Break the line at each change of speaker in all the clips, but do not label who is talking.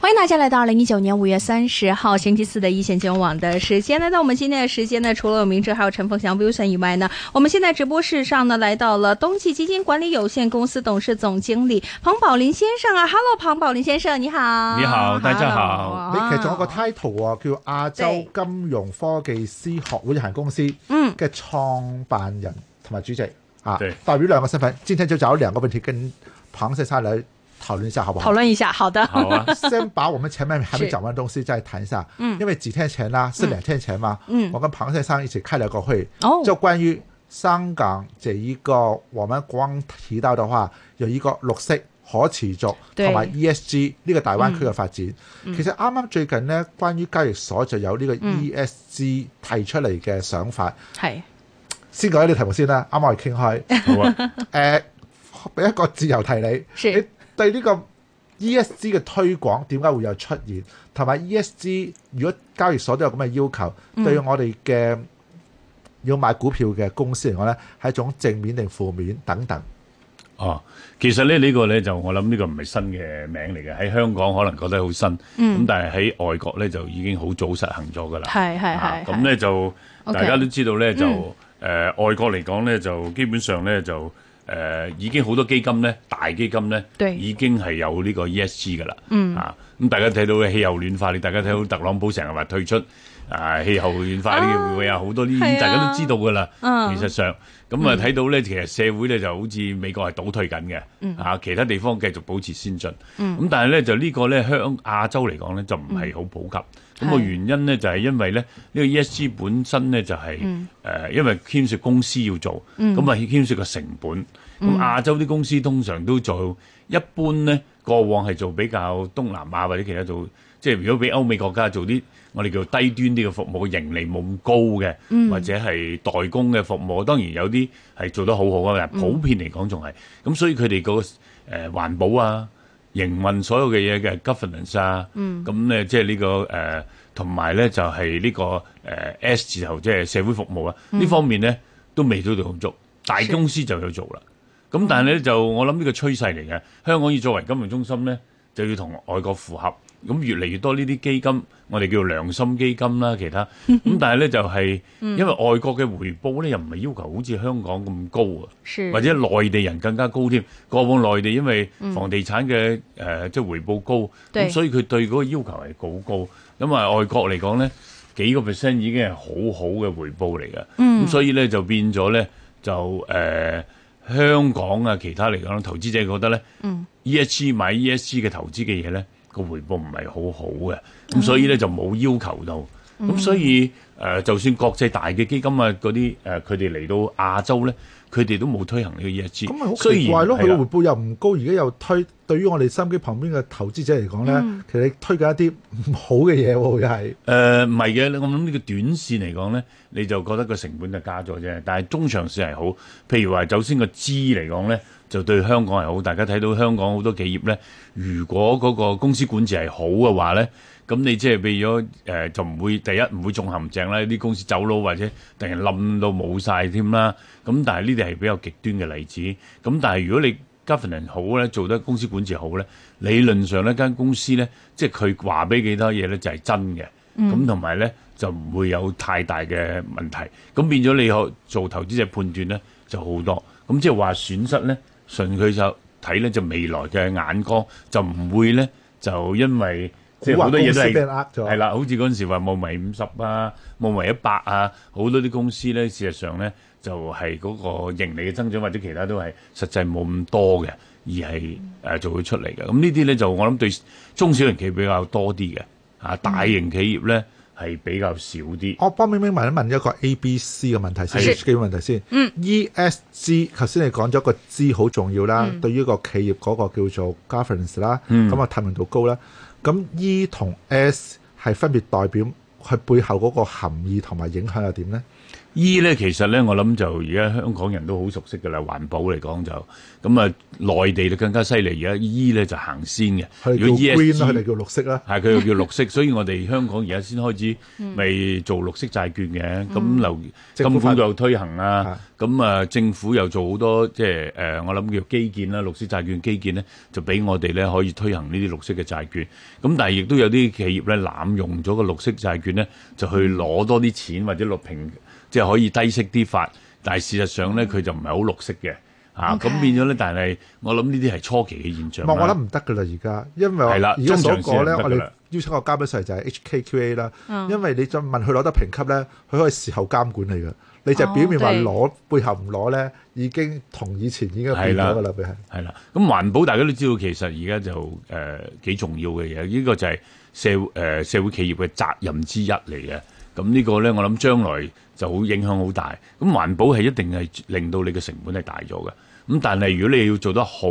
欢迎大家来到二零一九年五月三十号星期四的一线金融网的时间。来到我们今天的时间呢，除了有明哲还有陈凤祥 Wilson 以外呢，我们现在直播室上呢来到了东汽基金管理有限公司董事总经理庞宝林先生啊，Hello，庞宝林先生，你好，
你好大家
Hello
好
啊
你
其實仲有個 title 啊，叫亞洲金融科技師學會有限公司
嗯
嘅創辦人同埋主席啊
對，
代表兩個身份。今天就找兩個問題跟龐先生來討論一下，好不好
讨？论一下，好的，
好啊，
先把我們前面還沒講完的東西再談一下。
嗯
因為幾天前啦，是兩天前嘛，
嗯
我跟龐先生一起開了個會，
哦
就關於香港這一個，我們光提到的話，有一個綠色可持續
對
同埋 ESG 呢個大灣區嘅發展。其實啱啱最近呢，關於交易所就有呢個
嗯
ESG 提出嚟嘅想法。
系
先講呢個題目先啦，啱啱我哋傾開。
好啊，
誒、俾一個自由題你，
是
你對呢個 ESG 嘅推廣點解會有出現，同埋 ESG 如果交易所都有咁嘅要求，
嗯
對我哋嘅要買股票嘅公司嚟講咧，係一種正面定負面等等。
哦，其實咧呢個咧就我諗呢個唔係新嘅名嚟嘅，喺香港可能覺得好新，咁、
嗯
但係喺外國咧就已經好早實行咗㗎啦。
係係
啊
係
咁咧就
OK 嗯
大家都知道咧就誒、呃外國嚟講咧就基本上咧就誒、呃已經好多基金咧大基金咧
對
已經係有呢個 ESG 㗎啦。嗯啊，咁大家睇到嘅氣候暖化，你大家睇到特朗普成日話退出。啊，氣候暖化呢個會啊，好多呢
係啊
啲大家都知道㗎啦。
嗯
其實上咁啊，睇到咧，其實社會咧就好似美國係倒退緊嘅，啊，其他地方繼續保持先進。咁但係咧就呢個咧香亞洲嚟講咧就唔係好普及。咁個
係
原因咧就係因為咧呢個 ESG 本身咧就係誒，因為牽涉公司要做，咁啊牽涉個成本。咁亞洲啲公司通常都做，一般咧過往係做比較東南亞或者其他做。即係如果俾歐美國家做啲我哋叫低端啲嘅服務，盈利冇咁高嘅，或者係代工嘅服務，當然有啲係做得好好啊，但係普遍嚟講仲係咁，所以佢哋個誒環保啊、營運所有嘅嘢嘅 governance 啊，咁咧即係呢個誒，同埋咧就係呢個誒 S 字頭，即係社會服務啊，呢方面咧都未做到咁足，大公司就有做啦。咁但係咧就我諗呢個趨勢嚟嘅，香港要作為金融中心咧，就要同外國符合。咁越嚟越多呢啲基金，我哋叫良心基金啦，其他咁但係咧就係、因為外國嘅回報咧又唔係要求好似香港咁高啊，
是
或者內地人更加高添。過往內地因為房地產嘅誒、呃即係回報高，
嗯對
咁所以佢對嗰個要求係好高。咁啊外國嚟講咧，幾個 percent 已經係好好嘅回報嚟嘅。咁、所以咧就變咗咧就誒、呃香港啊其他嚟講，投資者覺得咧、ESG 買 ESG 嘅投資嘅嘢咧個回報唔係好好嘅，咁所以咧就冇要求到。咁所以誒、呃就算國際大嘅基金啊，嗰啲誒佢哋嚟到亞洲咧，佢哋都冇推行呢個 ESG。
咁咪好奇怪咯，佢嘅回
雖然係啦啊
報又唔高，而家又推。對於我哋心機旁邊嘅投資者嚟講咧，
嗯
其實你推緊一啲唔好嘅嘢喎，又係。
誒唔係嘅，我諗呢個短線嚟講咧，你就覺得個成本就加咗啫。但係中長線係好，譬如話，首先個資嚟講咧，就對香港係好。大家睇到香港好多企業咧，如果嗰個公司管治係好嘅話咧，咁你即係變咗誒，就唔會第一唔會中陷阱啦，啲公司走佬或者突然冧到冇晒添啦。咁但係呢啲係比較極端嘅例子。咁但係如果你 governance 好咧，做得公司管治好咧，理論上呢間公司咧，即係佢話俾幾多嘢咧，就係真嘅。咁同埋咧就唔會有太大嘅問題。咁變咗你可做投資者判斷咧就好多。咁即係話損失咧，純佢就睇咧就未來嘅眼光，就唔會咧就因為即係好多嘢都
公司俾人
係
呃咗
係啦，好似嗰陣時話霧迷五十啊、霧迷一百啊，好多啲公司咧，事實上咧就係、嗰個盈利嘅增長或者其他都係實際冇咁多嘅，而係誒、呃做佢出嚟嘅。咁呢啲咧就我諗對中小型企業比較多啲嘅，啊大型企業咧係比較少啲。
我幫明明問一問一個 A、B、C 嘅問題先
係
，H 嘅問題先。嗯，ESG 頭先你講咗個 G 好重要啦，對於個企業嗰個叫做
嗯
governance 啦，咁啊透明度高啦。咁 E 同 S 係分別代表佢背後嗰個含義同埋影響又點呢？
醫咧，E 其實咧，我諗就而家香港人都好熟悉㗎啦。環保嚟講就咁啊，內地就更加犀利。而家醫咧就行先嘅。
佢哋叫
如果 E
green 啦，佢
ESG
哋叫綠色啦。嗯
係佢又 叫綠色，所以我哋香港而家先開始咪做綠色債券嘅。咁留
政府
金
發
管局又推行啊，咁啊政府又做好多即係誒，我諗叫基建啦，綠色債券基建咧，就俾我哋咧可以推行呢啲綠色嘅債券。咁但係亦都有啲企業咧濫用咗個綠色債券咧，就
嗯
去攞多啲錢或者落平，即係可以低息啲發，但係事實上
嗯
咧佢就唔係好綠色嘅。啊，咁
OK
變咗咧，但係我諗呢啲係初期嘅現象
唔係，我
啦
諗唔得噶啦，而家，因為我
啊係啦
而家所
中長線
講
唔
咧，
得㗎
我哋
啦
邀請個嘉賓上嚟就係 HKQA 啦，因為你再問佢攞得評級咧，佢可以事後監管你嘅，你就係表面話攞，背後唔攞咧，已經同以前已經變咗噶啦，佢係
係啦，咁環保大家都知道，其實而家就誒幾、重要嘅嘢，呢、個就係社會誒、呃社會企業嘅責任之一嚟嘅。咁呢個咧，我諗將來就好影響好大。咁環保係一定係令到你嘅成本係大咗嘅。咁但係如果你要做得好，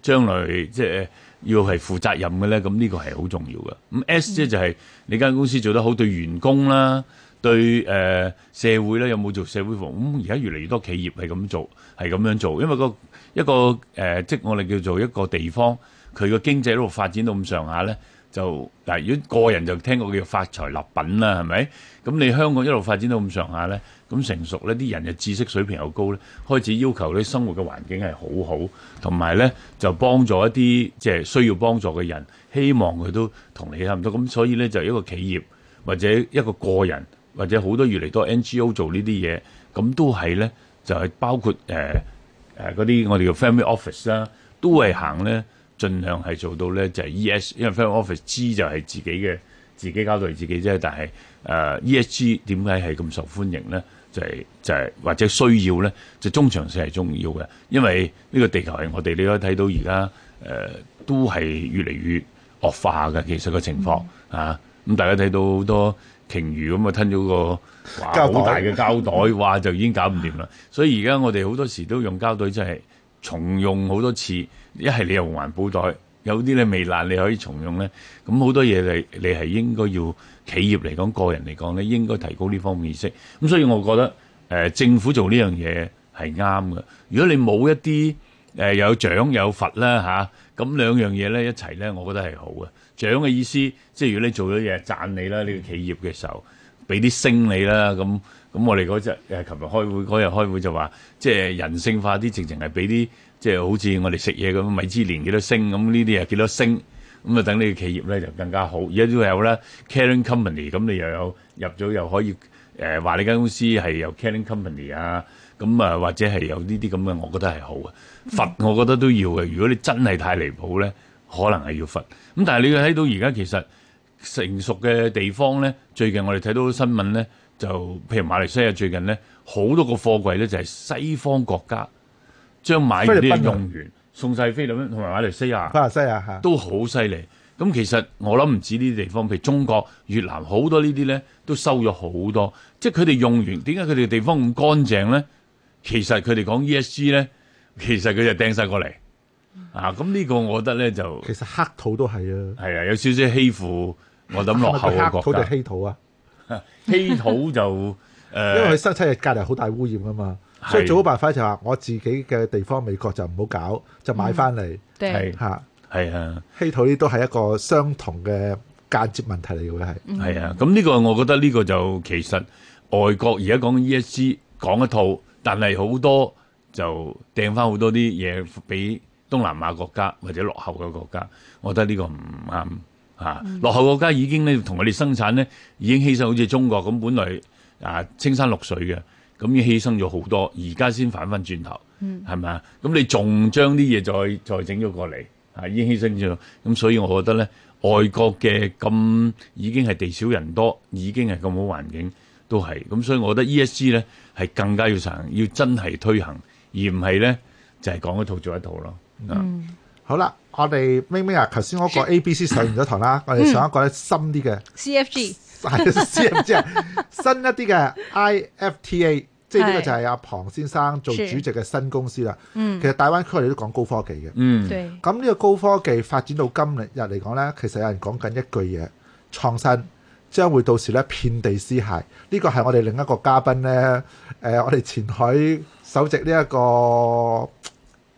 將來即係要係負責任嘅咧，咁呢個係好重要嘅。咁 S 即就係你間公司做得好，對員工啦。對誒、呃社會咧有冇做社會服務？咁而家越嚟越多企業係咁做，係咁樣做，因為個一個誒、呃即我哋叫做一個地方，佢個經濟一路發展到咁上下咧，就嗱，如果個人就聽過叫發財立品啊啦，係咪？咁你香港一路發展到咁上下咧，咁成熟咧，啲人嘅知識水平又高咧，開始要求咧生活嘅環境係好好，同埋咧就幫助一啲即係需要幫助嘅人，希望佢都同你差唔多。咁所以咧就一個企業。或者一個個人，或者好多越嚟多 NGO 做呢啲嘢，咁都係咧，就係、包括誒誒嗰啲我哋叫 family office 啦，都係行咧，盡量係做到咧就係、ES，因為 family office G 就係自己嘅自己交代自己啫，但係誒、呃 ESG 點解係咁受歡迎咧？就係、就係、或者需要咧，就中長線係重要嘅，因為呢個地球係我哋你可以睇到而家誒都係越嚟越惡化嘅，其實個情況、啊，咁大家睇到好多鯨魚咁啊吞咗個哇
膠袋
好大嘅膠袋，哇就已經搞唔掂啦。所以而家我哋好多時都用膠袋，真係重用好多次。一係你又用環保袋，有啲咧未爛你可以重用咧。咁好多嘢你你係應該要企業嚟講、個人嚟講咧，應該提高呢方面意識。咁所以我覺得誒、呃政府做呢樣嘢係啱嘅。如果你冇一啲誒、呃有獎又有罰啦吓，咁、兩樣嘢咧一齊咧，我覺得係好嘅。獎嘅意思即係如果你做咗嘢讚你啦，呢、個企業嘅時候，俾啲升你啦，咁咁我哋嗰隻誒，琴日開會嗰日開會就話，即係人性化啲，直情係俾啲即係好似我哋食嘢咁，米芝蓮幾多星咁呢啲啊幾多星。咁啊，等你嘅企業咧就更加好。而家都有啦，Caring Company，咁你又有入咗又可以誒話、你間公司係有 Caring Company 啊，咁啊或者係有呢啲咁嘅，我覺得係好嘅。罰我覺得都要嘅。如果你真係太離譜咧，可能係要罰。咁但係你睇到而家其實成熟嘅地方咧，最近我哋睇到新聞咧，就譬如馬來西亞最近咧好多個貨櫃咧就係西方國家將買完
菲律賓
啲
啊
用完送晒菲律賓同埋馬來西亞。
巴拿西亞嚇。
都好犀利。咁其實我諗唔止呢啲地方，譬如中國、越南好多呢啲咧，都收咗好多。即係佢哋用完，點解佢哋地方咁乾淨咧？其實佢哋講 E ESG 咧，其實佢就掟晒過嚟 啊！咁呢個我覺得咧就
其實黑土都係啊，
係啊，有少少欺負我諗落後
係咪佢
嘅
黑土
國
定
家。
稀土啊？
稀土就呃
因為佢
誒
生產嘅隔離好大污染啊嘛，
係
所以最好辦法就係話我自己嘅地方美國就唔好搞，就買翻嚟
對
係
嚇。
係啊。
稀土呢都係一個相同嘅間接問題嚟嘅會係。
係啊，咁呢個我覺得呢個就其實外國而家 E 講 ESG 講一套，但係好多就掟翻好多啲嘢俾東南亞國家或者落後嘅國家，我覺得呢個唔啱啊！落後國家已經咧同我哋生產咧已經犧牲，好似中國咁，本來啊青山綠水嘅，咁已經犧牲咗好多，而家先反翻轉頭，係咪啊？咁你仲將啲嘢再再整咗過嚟啊，已經犧牲咗，咁所以我覺得咧。外國嘅咁已經係地少人多，已經係咁好環境都係，咁所以我覺得 E ESG 咧係更加要實行，要真係推行，而唔係咧就係、講一套做一套咯。啊
好啦，我哋明明啊，頭先嗰個 A、B、C 上完咗 堂啦，我哋上一個咧深
嗯
啲嘅
CFG
係 C M 即係新一啲嘅 I F T A，即係呢個就係阿龐先生做主席嘅新公司啦。
嗯
其實大灣區我哋都講高科技嘅，
嗯，
對，
咁呢個高科技發展到今日嚟講咧，其實有人講緊一句嘢：創新。將會到時咧遍地屍骸。呢個係我哋另一個嘉賓咧，誒、我哋前海首席呢、一個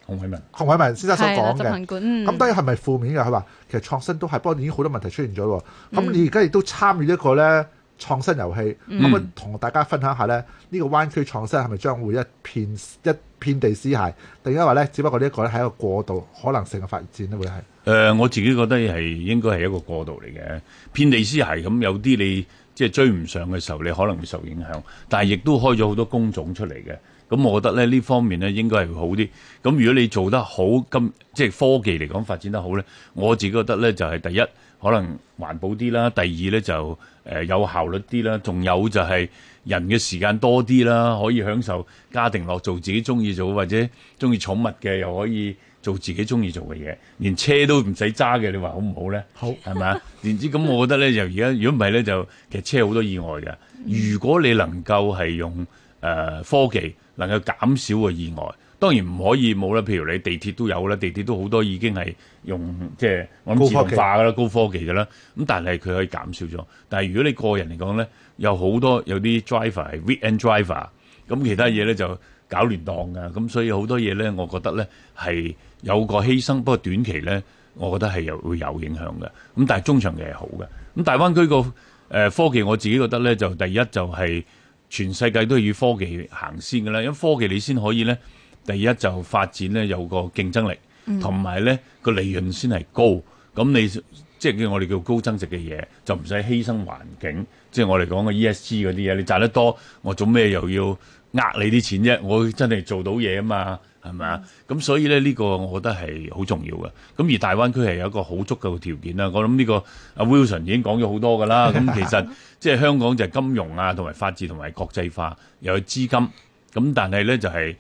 孔偉文
洪偉文先生所
係啦，
講
執
嘅
行。官，嗯，
咁當然係咪負面嘅？佢話其實創新都係，不過已經好多問題出現咗喎。
嗯
咁你而家亦都參與一個咧創新遊戲，
嗯
咁啊同大家分享下咧，呢個灣區創新係咪將會一片一遍地屍骸？定因為咧，只不過呢一個咧係一個過渡可能性嘅發展咧，會係
誒、呃我自己覺得係應該係一個過渡嚟嘅，遍地屍骸咁，有啲你即係追唔上嘅時候，你可能會受影響，但係亦都開咗好多工種出嚟嘅。咁我覺得咧呢方面咧應該係會好啲。咁如果你做得好，今即係科技嚟講發展得好咧，我自己覺得咧就係、第一可能環保啲啦，第二咧就誒、呃有效率啲啦，仲有就係人嘅時間多啲啦，可以享受家庭樂，做自己中意做或者中意寵物嘅又可以。做自己中意做嘅嘢，連車都唔使揸嘅，你話好唔好咧？好係咪啊？連之咁，我覺得咧就而家如果唔係咧，就其實車好多意外嘅。如果你能夠係用誒、呃科技能夠減少個意外，當然唔可以冇啦。譬如你地鐵都有啦，地鐵都好多已經係用即係我諗自
高
動
科技
化㗎啦，高科技㗎啦。咁但係佢可以減少咗。但係如果你個人嚟講咧，有好多有啲 driver 係 weekend driver。咁其他嘢咧就搞亂檔㗎，咁所以好多嘢咧，我覺得咧係有個犧牲，不過短期咧，我覺得係有會有影響嘅。咁但係中長期係好嘅。咁大灣區個誒、呃科技，我自己覺得咧就第一就係全世界都係以科技行先㗎啦，因為科技你先可以咧，第一就發展咧有個競爭力，同埋咧個利潤先係高。咁你即係叫我哋叫高增值嘅嘢，就唔使犧牲環境。即係我哋講嘅 ESG 嗰啲嘢，你賺得多，我做咩又要呃你啲錢啫？我真係做到嘢啊嘛，係咪啊？咁所以咧，呢、個我覺得係好重要嘅。咁而大灣區係有一個好足夠嘅條件啦。我諗呢個阿 Wilson 已經講咗好多㗎啦。咁其實即係香港就係金融啊，同埋法治同埋國際化，又有資金。咁但係咧就係、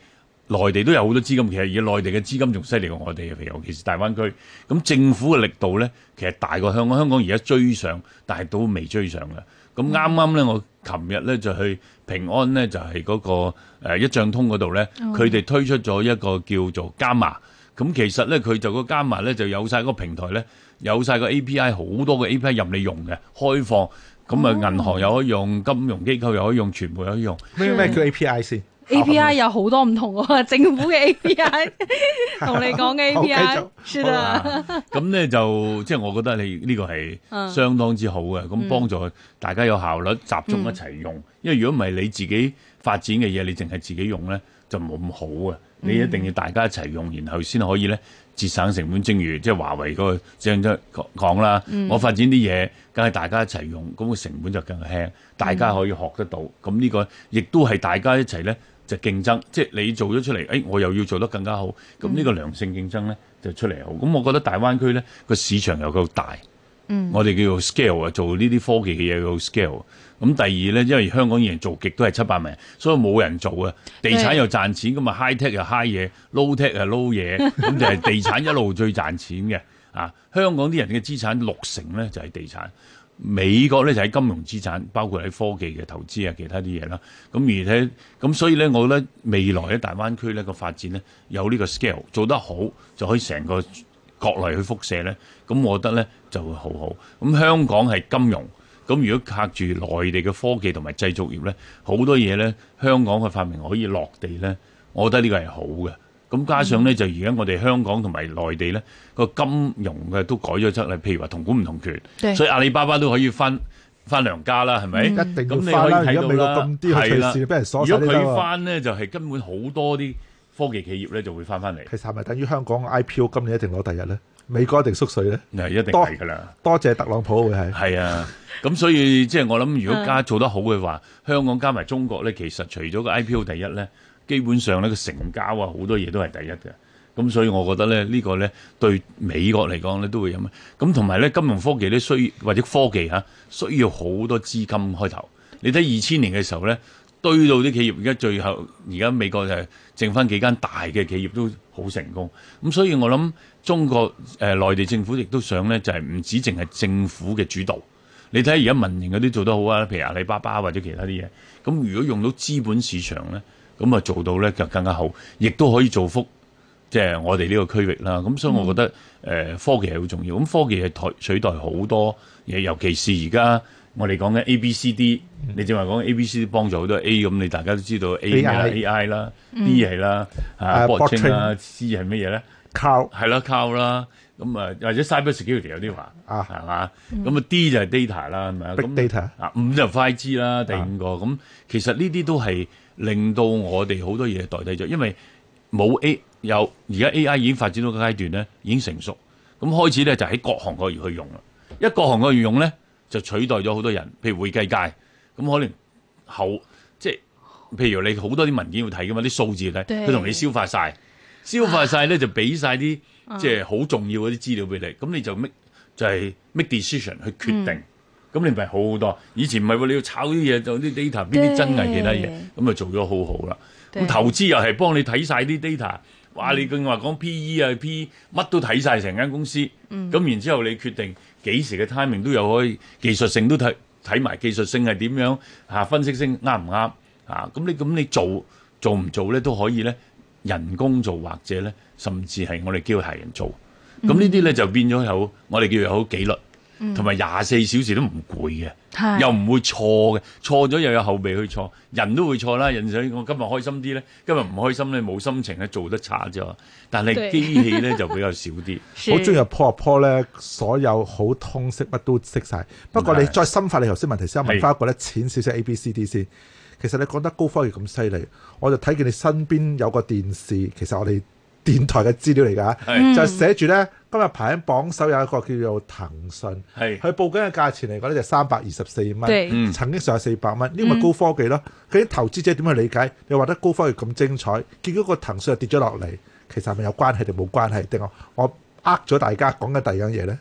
內地都有好多資金，其實而家內地嘅資金仲犀利過我哋，譬如尤其是大灣區。咁政府嘅力度咧，其實大過香港。香港而家追上，但係都未追上嘅。咁啱啱咧，我琴日咧就去平安咧，就係、嗰、個、呃、一帳通嗰度咧，佢哋推出咗一個叫做加碼。咁其實咧，佢就個加埋咧就有晒個平台咧，有晒個 API 好多個 API 任你用嘅，開放。咁啊，銀行又可以用，金融機構又可以用，傳媒又可以用。
咩咩叫 API 先
嗯 A P
啊
I 有好多唔同 喎，政府嘅 A P I 同你講嘅 A
好
P
繼
I
續
是的，
咁咧就即係我覺得你呢個係相當之好嘅，咁幫助大家有效率集中一齊用。因為如果唔係你自己發展嘅嘢，你淨係自己用咧就冇咁好嘅。你一定要大家一齊用，然後先可以咧節省成本。正如即係華為嗰個正即講啦，我發展啲嘢，梗係大家一齊用，咁個成本就更輕，大家可以學得到。咁呢個亦都係大家一齊咧。就競爭，即係你做咗出嚟，誒、我又要做得更加好，咁呢個良性競爭咧就出嚟好。咁我覺得大灣區咧個市場又夠大，嗯，我哋叫做 scale 啊，做呢啲科技嘅嘢叫 scale。咁第二咧，因為香港以前做極都係七百萬，所以冇人做啊。地產又賺錢，咁啊 high tech 又 high 嘢，low tech 又 low 嘢，咁就係地產一路最賺錢嘅。啊，香港啲人嘅資產六成咧就係地產。美國咧就喺金融資產，包括喺科技嘅投資啊，其他啲嘢啦。咁而且咁，所以咧，我覺得未來喺大灣區咧個發展咧有呢個 scale 做得好，就可以成個國內去輻射咧。咁我覺得咧就會好好。咁香港係金融，咁如果靠住內地嘅科技同埋製造業咧，好多嘢咧香港嘅發明可以落地咧，我覺得呢個係好嘅。咁加上咧就而家我哋香港同埋內地咧個金融嘅都改咗出嚟，譬如話同股唔同
對
權，所以阿里巴巴都可以翻翻娘家啦，係咪？
一定
咁你
要
可
翻啦！而
以睇
家
到
美國
啦
咁，啲
係
去
啦
歧視，俾人鎖晒
如
呢
果
啲
佢
啊！
翻咧，就係根本好多啲科技企業咧就會翻翻嚟，
其實係咪等於香港 IPO 今年一定攞第一咧？美國一定縮水咧？
係一定係㗎啦。
多謝特朗普會係。
係啊，咁所以即係我諗，如果加做得好嘅話，香港加埋中國咧，其實除咗個 IPO 第一咧，基本上咧個成交啊好多嘢都係第一嘅。咁所以我覺得咧，呢個咧對美國嚟講咧都會有咩咁，同埋咧金融科技咧需或者科技嚇需要好多資金開頭。你睇二千年嘅時候咧，堆到啲企業，而家最後而家美國就係剩翻幾間大嘅企業都好成功。咁所以我諗中國誒、呃、內地政府亦都想咧，就係唔止淨係政府嘅主導。你睇而家民營嗰啲做得好啊，譬如阿里巴巴或者其他啲嘢。咁如果用到資本市場咧，咁啊做到咧就更加好，亦都可以造福即係我哋呢個區域啦。咁所以我
嗯
覺得誒、呃科技係好重要。咁科技係台取代好多嘢，尤其是而家我哋講緊 A、B、C、D，你
嗯
正話講 A、B、C 幫助好多 A 咁，你大家都知道 A 咩啦
AI
AI 啦，B 係啦，啊
嗯啊
blockchain 啦
blockchain
，C 係乜嘢咧？
靠
係啦，cloud 啦，咁啊或者 cyber security 有啲話
啊
係嘛？咁啊 D 就係 data 啦，係咪啊
Big
咁
data 啊
啊五就 5G 啦，第五個咁，其實呢啲都係令到我哋好多嘢代替咗，因為冇 A 有而家 AI 已經發展到個階段咧，已經成熟，咁開始咧就喺各行各業去用啦。一各行各業用咧，就取代咗好多人，譬如會計界，咁可能後即係譬如你好多啲文件要睇噶嘛，啲數字咧，
對
佢同你消化晒，消化晒咧就俾晒啲即係好重要嗰啲資料俾你，咁你就 make 就係 make decision 去決定。咁你咪好好多，以前唔係喎，你要炒啲嘢，就啲 data 邊啲真係其他嘢
對，
咁咪做咗好好啦。
對
咁投資又係幫你睇晒啲 data，哇！你更話講 P/E 啊、P 乜都睇晒成間公司，咁、然之後你決定幾時嘅 timing 都有可以技術性都睇睇埋技術性係點樣啊，分析性啱唔啱啊？咁你咁你做做唔做咧都可以咧，人工做或者咧，甚至係我哋叫客人做。
嗯
咁呢啲咧就變咗有我哋叫有紀律，同埋廿四小時都唔攰嘅。
係
又唔會錯嘅，錯咗又有後備去錯，人都會錯啦。人想我今日開心啲咧，今日唔開心咧，冇心情咧，做得差啫。但
對
係機器咧就比較少啲，
是
好中意阿 Paul 阿 Paul 咧，所有好通識乜都識晒。不過你
係
再深化你頭先問題先，我問
係
翻一個咧淺少少 A、B、C、D 先。其實你講得高科技咁犀利，我就睇見你身邊有個電視，其實我哋電台嘅資料嚟㗎，
係
就寫住咧今日排喺榜首有一個叫做騰訊，
係
佢報緊嘅價錢嚟講咧就三百二十四
對
蚊，
嗯
曾經上係四百蚊，呢個咪高科技咯。佢啲投資者點去理解？你話得高科技咁精彩，結果個騰訊又跌咗落嚟，其實係咪有關係定冇關係？定我我呃咗大家講緊第二樣嘢咧？
誒、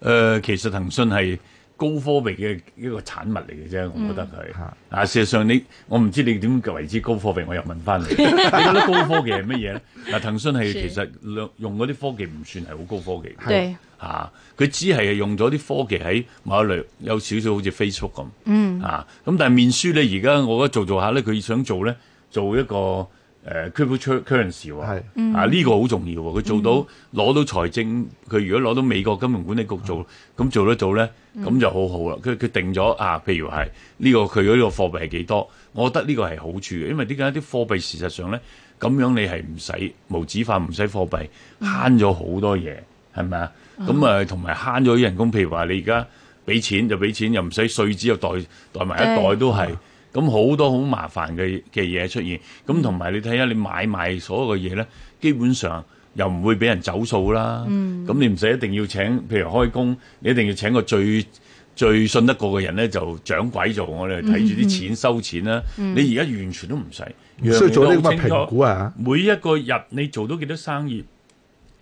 呃其實騰訊係高科技嘅一個產物嚟嘅啫，我覺得佢、
嚇
啊，事實上你我唔知你點為之高科技，我又問翻你，你覺得高科技係乜嘢咧？嗱，騰訊
是
係其實兩用嗰啲科技唔算係好高科技嘅，
對
啊，佢只係用咗啲科技喺某一類有少少好似 Facebook 咁，嗯啊，咁但係面書咧而家我覺得做做下咧，佢想做咧做一個誒、呃 cryptocurrency 喎，
係
啊呢、個好重要喎，佢做到攞到財政，佢如果攞到美國金融管理局做，咁做得到咧，咁就好好啦。佢佢定咗啊，譬如係呢、個佢嗰個貨幣係幾多，我覺得呢個係好處嘅，因為點解啲貨幣事實上咧咁樣你係唔使無紙化，唔使貨幣，慳咗好多嘢。係咪啊？咁啊，同埋慳咗啲人工，譬如話你而家俾錢就俾錢，又唔使碎紙又袋袋埋一袋
對
都係。咁好多好麻煩嘅嘅嘢出現，咁同埋你睇下你買賣所有嘅嘢咧，基本上又唔會俾人走數啦。咁、你唔使一定要請，譬如開工，你一定要請個最最信得過嘅人咧，就掌櫃做，我哋睇住啲錢收錢啦。你而家完全都唔使，
唔需要做呢咁
樣嘢
嘅
都好清楚
評估啊！
每一個日你做到幾多生意，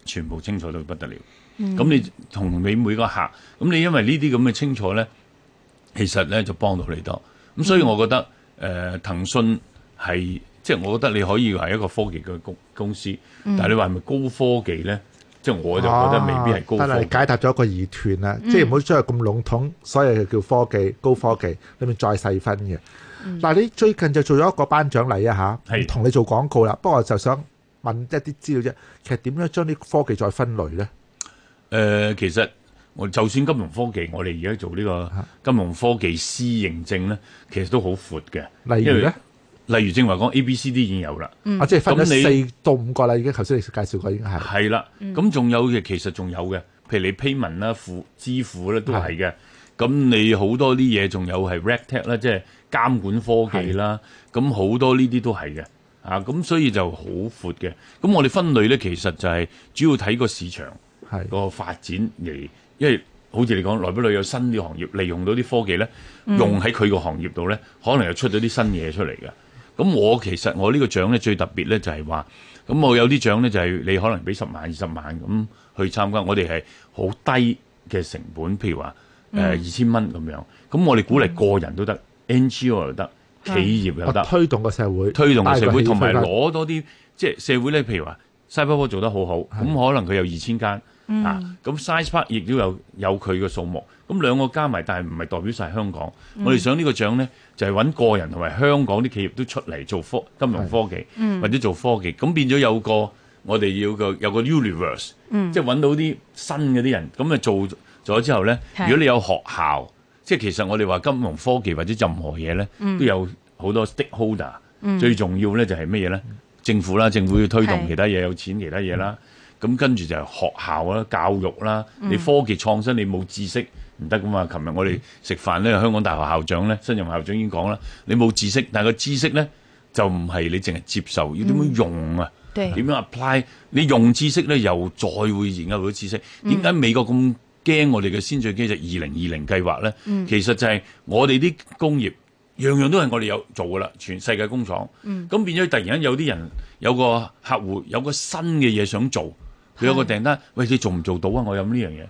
全部清楚到不得了。咁、
嗯
你同你每個客，咁你因為呢啲咁嘅清楚咧，其實咧就幫到你多。咁所以我覺
嗯
得誒、呃、騰訊係即係我覺得你可以話一個科技嘅公公司，
嗯
但係你話係咪高科技咧？即係我就覺得未必係高
啊但
科
係
技
你。解答咗一個疑團啦，即係唔好將佢咁籠統，所以就叫科技、高科技，裏面再細分嘅。嗱，你最近就做咗一個頒獎禮啊嚇，
係
唔同你做廣告啦。不過我就想問一啲資料啫，其實點樣將啲科技再分類咧？
誒、呃其實我就算金融科技，我哋而家做呢
啊
個金融科技 C 認證咧，其實都好闊嘅。
例如咧，
因為例如正話講 A、B、C、D 已經有啦。
啊，即係分咗
咁你
四到五個啦，已經頭先你介紹過已經係。
係啦，
嗯
咁仲有嘅其實仲有嘅，譬如你 payment 啦、付支付咧都係嘅。咁你好多啲嘢仲有係 regtech 啦，即係監管科技啦，咁好多呢啲都係嘅。啊，咁所以就好闊嘅。咁我哋分類咧，其實就係主要睇個市場
係
個發展嚟，因為好似你講，來不來有新嘅行業利用到啲科技咧，用喺佢個行業度咧，可能又出咗啲新嘢出嚟嘅。咁我其實我呢個獎咧最特別咧就係話，咁我有啲獎咧就係你可能俾十萬二十萬咁去參加，我哋係好低嘅成本，譬如話誒二千蚊咁樣。咁我哋鼓勵個人都得，NGO 又得，企業又
啊
得。
推動個社會，
推動個社會，同
帶
埋
個氣氛啊
攞多啲即係社會咧。譬如話 s i b e r p a r 做得好好，咁可能佢有二千間啊，咁 Size Park 亦都有有佢嘅數目。咁兩個加埋，但係唔係代表晒香港。我哋想呢個獎咧，就係揾個人同埋香港啲企業都出嚟做科金融科技，或者做科技，咁變咗有個我哋要個有個 universe，即係揾到啲新嗰啲人，咁啊做咗之後咧，
係
如果你有學校。即即係其實我哋話金融科技或者任何嘢咧，都有好多 stakeholder。最重要咧就係乜嘢咧？政府啦，政府要推動
係
其他嘢，有錢其他嘢啦。咁跟住就係學校啦、教育啦。你科技創新，你冇知識唔得噶嘛。琴日我哋食飯咧，香港大學校長咧，新任校長已經講啦，你冇知識，但係個知識咧就唔係你淨係接受，要點樣用啊？
對
點樣 apply？你用知識咧，又再會研究到知識。點解美國咁驚我哋嘅先進機制二零二零計劃咧？其實就係我哋啲工業樣樣都係我哋有做噶啦，全世界工廠。咁、變咗突然間有啲人有個客戶有個新嘅嘢想做，佢有個訂單，喂你做唔做到啊？我有呢樣嘢。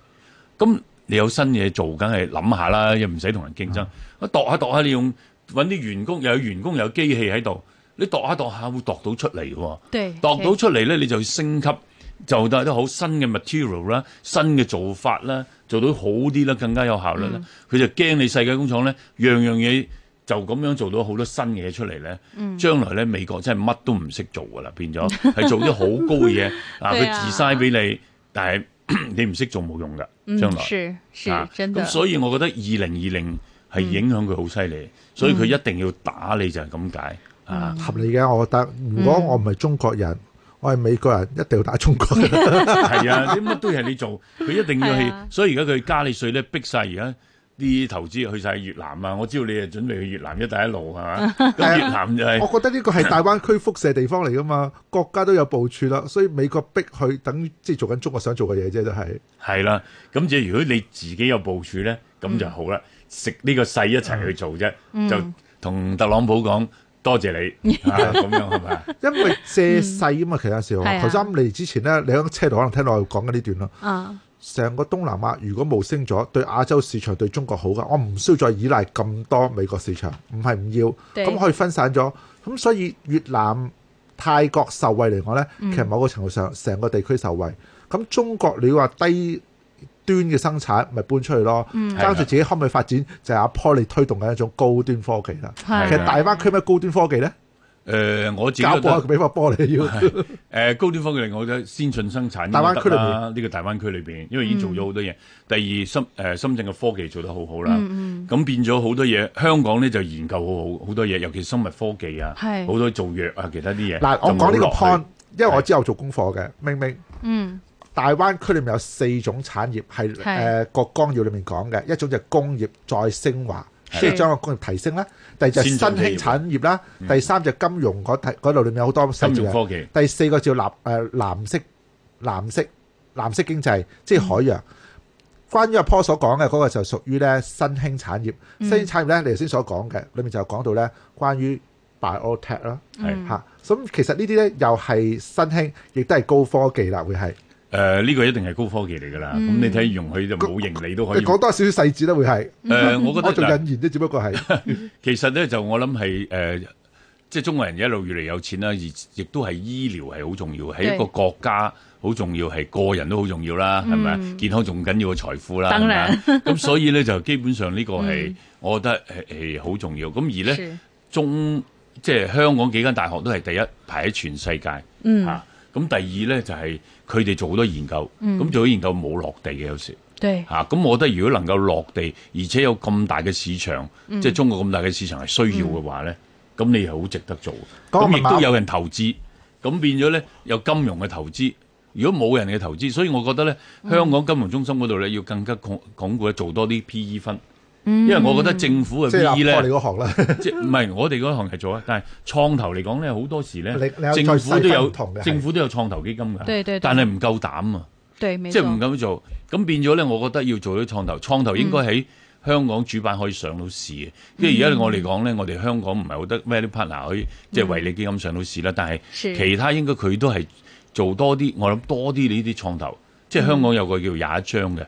咁你有新嘢做，梗係諗下啦，又唔使同人競爭。我度下度下，你用揾啲員工，又有員工又有機器喺度，你度下度下會度到出嚟喎。
對
度到出嚟咧，你就要升級，就得啲好新嘅 material 啦，新嘅做法啦，做到好啲啦，更加有效率
嗯
啦。佢、就驚你世界工廠咧，樣樣嘢就咁樣做到好多新嘅嘢出嚟咧。
嗯
將來咧，美國真係乜都唔識做噶啦，變咗係做啲好高嘅 嘢啊！
對
佢
啊
design 俾你，但係 你唔識做冇用噶，
嗯
將來。
是是、
啊
真的嗯
咁，所以我覺得二零二零係影響佢好犀利，所以佢一定要打你就係咁解
嗯
啊！
合理嘅，我覺得。如果我唔係中國人，我係美國人，一定要打中國人。
係啊，啲乜都係你做，佢一定要
係
係
啊，
所以而家佢加你税咧，逼晒而家啲投資去晒越南啊！我知道你係準備去越南一帶一路係嘛？咁越南就係、
我覺得呢個係大灣區輻射地方嚟噶嘛， 國家都有部署啦，所以美國逼佢等於即係做緊中國想做嘅嘢啫，都係。
係啦，咁即係如果你自己有部署咧，咁就好啦，食呢個勢一齊去做啫，就同特朗普講多謝你啊，咁樣係咪？
因為借勢啊嘛，其他時候
係啊
頭先啱嚟之前咧，你喺車度可能聽到我講緊呢段啦。
啊，
成個東南亞如果冇升咗，對亞洲市場對中國好噶，我唔需要再依賴咁多美國市場，唔係唔
對
要，咁可以分散咗。咁所以越南、泰國受惠嚟講呢，其實某個程度上成個地區受惠。咁中國你話低端嘅生產咪搬出去咯，爭住自己可唔可以發展就係阿 Paul 你推動緊一種高端科技啦。
係
其實大灣區咩高端科技呢？
誒、我自己
搞啊
覺
波
得。
俾個波你要。
誒、呃高端科技令我覺得先進生產
大灣區裏邊嗯
應該得啦呢個大灣區裏邊，因為已經做咗好多嘢。第二深誒、呃深圳嘅科技做得好好啦，咁、
嗯
變咗好多嘢。香港咧就研究好好好多嘢，尤其生物科技啊，
係
好多做藥啊，其他啲嘢。
嗱，我
就冇
講呢個
落去
point，因為我之後做功課嘅，明明
嗯，
大灣區裏面有四種產業係
係
誒個綱要裏面講嘅，一種就係工業再升華，即係將個工業提升啦；第二就係新
先進
興
企業嗯
產業啦；第三就係金融嗰題嗰度裏面有好多細
金
節
融
嘅
科技
第四個叫藍誒藍色藍色藍色經濟，即係海洋。關於阿 Paul 所講嘅嗰個就屬於咧新興產業，新興產業咧，你頭先所講嘅裏面就有講到咧關於 biotech 啦。
係
嚇。咁其實呢啲咧又係新興，亦都係高科技啦，會係。
誒呃呢個一定係高科技嚟㗎
嗯
啦。咁、你睇容許就冇盈利都可
你
以。
講多少少細節啦，會係。
誒、我覺
嗯我
得
做
嗱
引言啫，只不過 係。
其實咧就我諗係誒，呃即係中國人一路越嚟有錢啦，而亦都係醫療係好重要，係一個國家好重要，係個人都好重要啦，係咪啊？健康仲緊要過財富啦，
嗯當然嗯
係咪啊。咁所以咧就基本上呢個係、我覺得係係好重要。咁而咧
是
中即係香港幾間大學都係第一排喺全世界，嗯啊咁第二咧就係佢哋做好多研究，
嗯
咁做咗研究冇落地嘅有時。
對，
嚇，啊咁、我覺得如果能夠落地，而且有咁大嘅市場，
嗯
即係中國咁大嘅市場係需要嘅話咧，咁、你係好值得做。
講
咁
明
亦
白
都有人投資，咁變咗咧有金融嘅投資。如果冇人嘅投資，所以我覺得咧，
嗯
香港金融中心嗰度咧要更加鞏鞏固，做多啲 P E 分。因為我覺得政府
嗯
嘅
即係阿
P E 咧
Paul 你，嗯嗰行啦。
即係唔係我哋嗰行係做啊，但係創投嚟講咧，好多時咧
你你有，
政府
再
都
細分
有
唔同嘅係
政府都有創投基金㗎，
對對對
但係唔夠膽啊。
對，沒
即係唔
錯，
敢做，咁變咗咧，我覺得要做啲創投，創投應該喺香港主板可以上到市嘅。因為而家我嚟講咧，我哋香港唔係好得咩啲 partner 可以即係維利基金上到市啦，但係
是
其他應該佢都係做多啲，我諗多啲呢啲創投。即係香港有個叫廿一張嘅，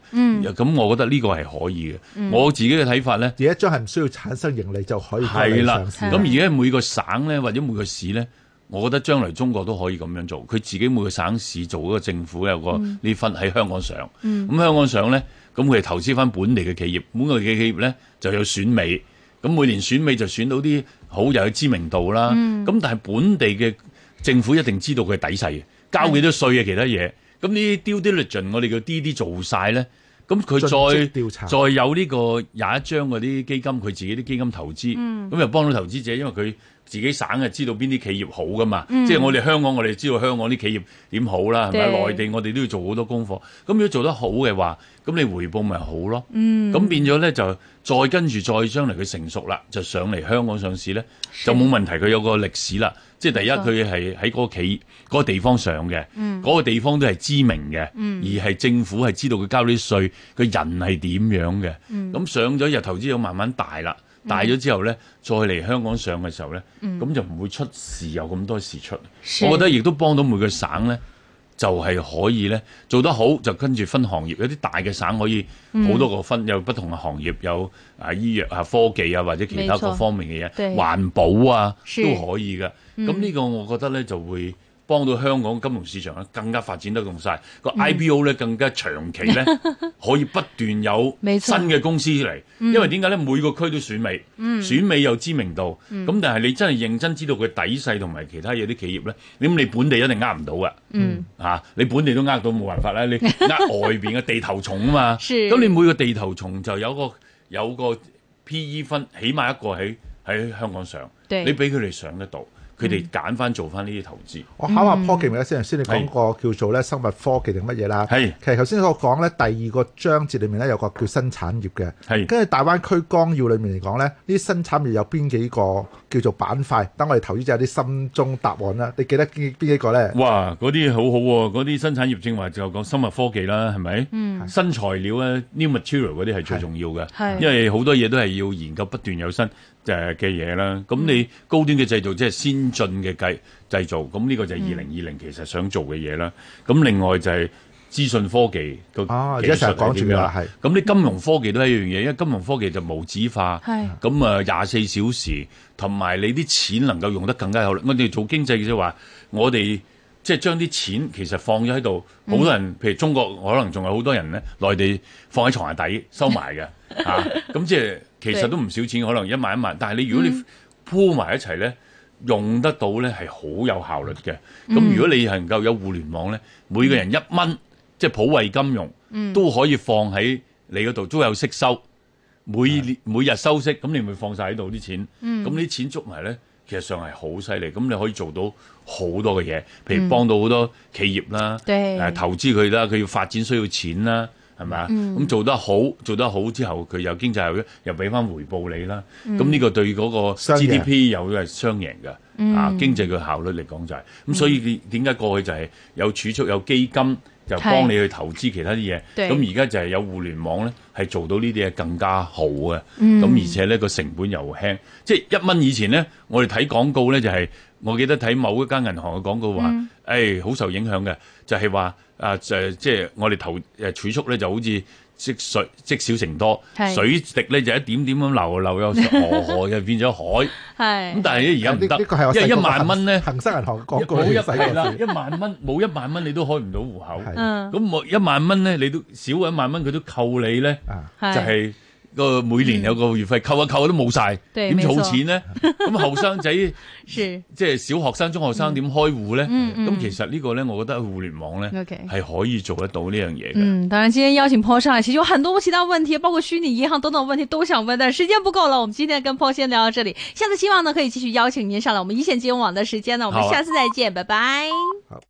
咁我覺得呢個係可以嘅。我自己嘅睇法咧，
而一張係唔需要產生盈利就可以
係啦，
咁
嗯咁而家每個省咧或者每個市咧，我覺得將來中國都可以咁樣做，佢自己每個省市做嗰個政府有個呢分喺香港上，咁、香港上咧，咁佢哋投資翻本地嘅企業，本地嘅企業咧就有選美，咁每年選美就選到啲好又有知名度啦，咁、但係本地嘅政府一定知道
嗯
佢底細嘅，交幾多稅啊其他嘢，咁呢啲 due diligence 我哋叫 D D 做晒咧，咁佢
盡職
再
調查
再有呢個廿一張嗰啲基金，佢自己啲基金投資，咁、又幫到投資者，因為佢自己省啊知道邊啲企業好噶嘛。即係我哋香港，我哋知道香港啲企業點好啦，係咪？
對
內地我哋都要做好多功課。咁如果做得好嘅話，咁你回報咪好咯。咁變咗咧就再跟住再將嚟佢成熟啦，就上嚟香港上市咧就冇問題，佢有個歷史啦。即係第一，佢係喺嗰個企嗰、個地方上嘅，嗰、個地方都係知名嘅，而係政府係知道佢交啲税，佢人係點樣嘅。咁、上咗日投資者慢慢大啦，大咗之後咧，再嚟香港上嘅時候咧，咁、就唔會出事有咁多事出。
是
我覺得亦都幫到每個省咧。就係可以咧做得好，就跟住分行業。有啲大嘅省可以
嗯
好多個分，有不同嘅行業，有啊醫藥啊科技啊或者其他
沒錯
各方面嘅
對
嘢，環保啊
是嗯
都可以嘅。咁呢個我覺得咧就會幫到香港金融市場咧更加發展得咁晒，個
嗯
IPO 咧更加長 期咧可以不斷有
沒錯
新嘅公司嚟。
嗯
因為點解咧每個區都選美，選美有知名度，
嗯
咁但係你真係認真知道佢底細同埋其他嘢啲企業咧，咁你本地一定呃唔到嘅。
嗯，
嚇、你本地都呃到冇辦法 啦，你呃外邊嘅地頭蟲啊嘛，
是
咁你每個地頭蟲就有個有個 P/E 分，起碼一個喺喺香港上，
對
你俾佢哋上得到，佢
嗯
哋揀翻做翻呢啲投資，
我考下科技名先，頭先你講過叫做咧生物科技定乜嘢啦？
係
其實頭先所講咧，第二個章節裏面咧有個叫新產業嘅，
係
跟住大灣區綱要裏面嚟講咧，呢啲新產業有邊幾個叫做板塊？等我哋投資者有啲心中答案啦。你記得邊邊幾個咧？
哇！嗰啲好好、喎，嗰啲新產業正話就講生物科技啦，係咪？嗯、新材料咧，new material 嗰啲係最重要
係
嘅，因為好多嘢都係要研究不斷有新誒嘅嘢啦。咁
嗯
你高端嘅製造即係先進嘅計製造，咁呢
嗯
個就係二零二零其實想做嘅嘢啦。咁另外就係資訊科技個
哦而
技術
家成日講住㗎啦
係點樣咁你金融科技都係一樣嘢，因為金融科技就無紙化，
係
咁啊廿四小時，同埋你啲錢能夠用得更加好。我哋做經濟嘅啫話，我哋即係將啲錢其實放咗喺度，好多人譬如中國可能仲有好多人咧，內地放喺床下底收埋嘅啊，咁即係其實都唔少錢，可能一萬一萬。但係你如果你鋪埋一齊咧。用得到咧係好有效率嘅，咁、如果你能夠有互聯網咧，每個人一蚊，即係普惠金融，都可以放喺你嗰度，都有息收，每年每日收息，咁你咪放晒喺度啲錢，咁啲錢捉埋咧，其實上係好犀利，咁你可以做到好多嘅嘢，譬如幫到好多企業啦，
對
誒投資佢啦，佢要發展需要錢啦。係咪啊？咁、做得好，做得好之後，佢有經濟效益，又俾翻回報你啦。咁呢、個對嗰個
雙贏
GDP 有係雙贏嘅，啊經濟嘅效率嚟講就係、咁，所以你點解過去就係有儲蓄有基金，就幫你去投資其他啲嘢。
對
咁而家就係有互聯網咧，係做到呢啲嘢更加好嘅。咁、而且咧個成本又輕，即係一蚊以前咧，我哋睇廣告咧就係、我記得睇某一間銀行嘅廣告話，誒、好受影響嘅，就係、話啊就係即係我哋投誒儲蓄咧就好似。積水積少成多，
係
水滴咧就一點點咁流，流有河河就變咗海。
係
咁但係咧而家唔
呢呢個係我
得，因為一
細個
萬蚊咧。
恒生銀行廣告
冇一
細個
係
時
啦，一萬蚊冇一萬蚊你都開唔到戶口，
係
嗯
咁我一萬蚊咧你都少一萬蚊佢都扣你咧，
啊，
就
係
係個每年有個月費扣一扣都冇晒，
嗯對
點
沒錯
儲 錢咧？咁後生仔即
是
係小學生、中學生點開戶咧？
嗯嗯
咁其實呢個咧，我覺得互聯網咧
OK
係可以做得到呢樣嘢嘅。
嗯，当然，今天邀请 Paul 上来，其实有很多其他问题，包括虚拟银行等等问题都想问，但时间不够了，我们今天跟 Paul 先聊到这里，下次希望呢可以继续邀请您上来我们一线金融网的时间呢，我们
好啊
下次再见，拜拜。
好。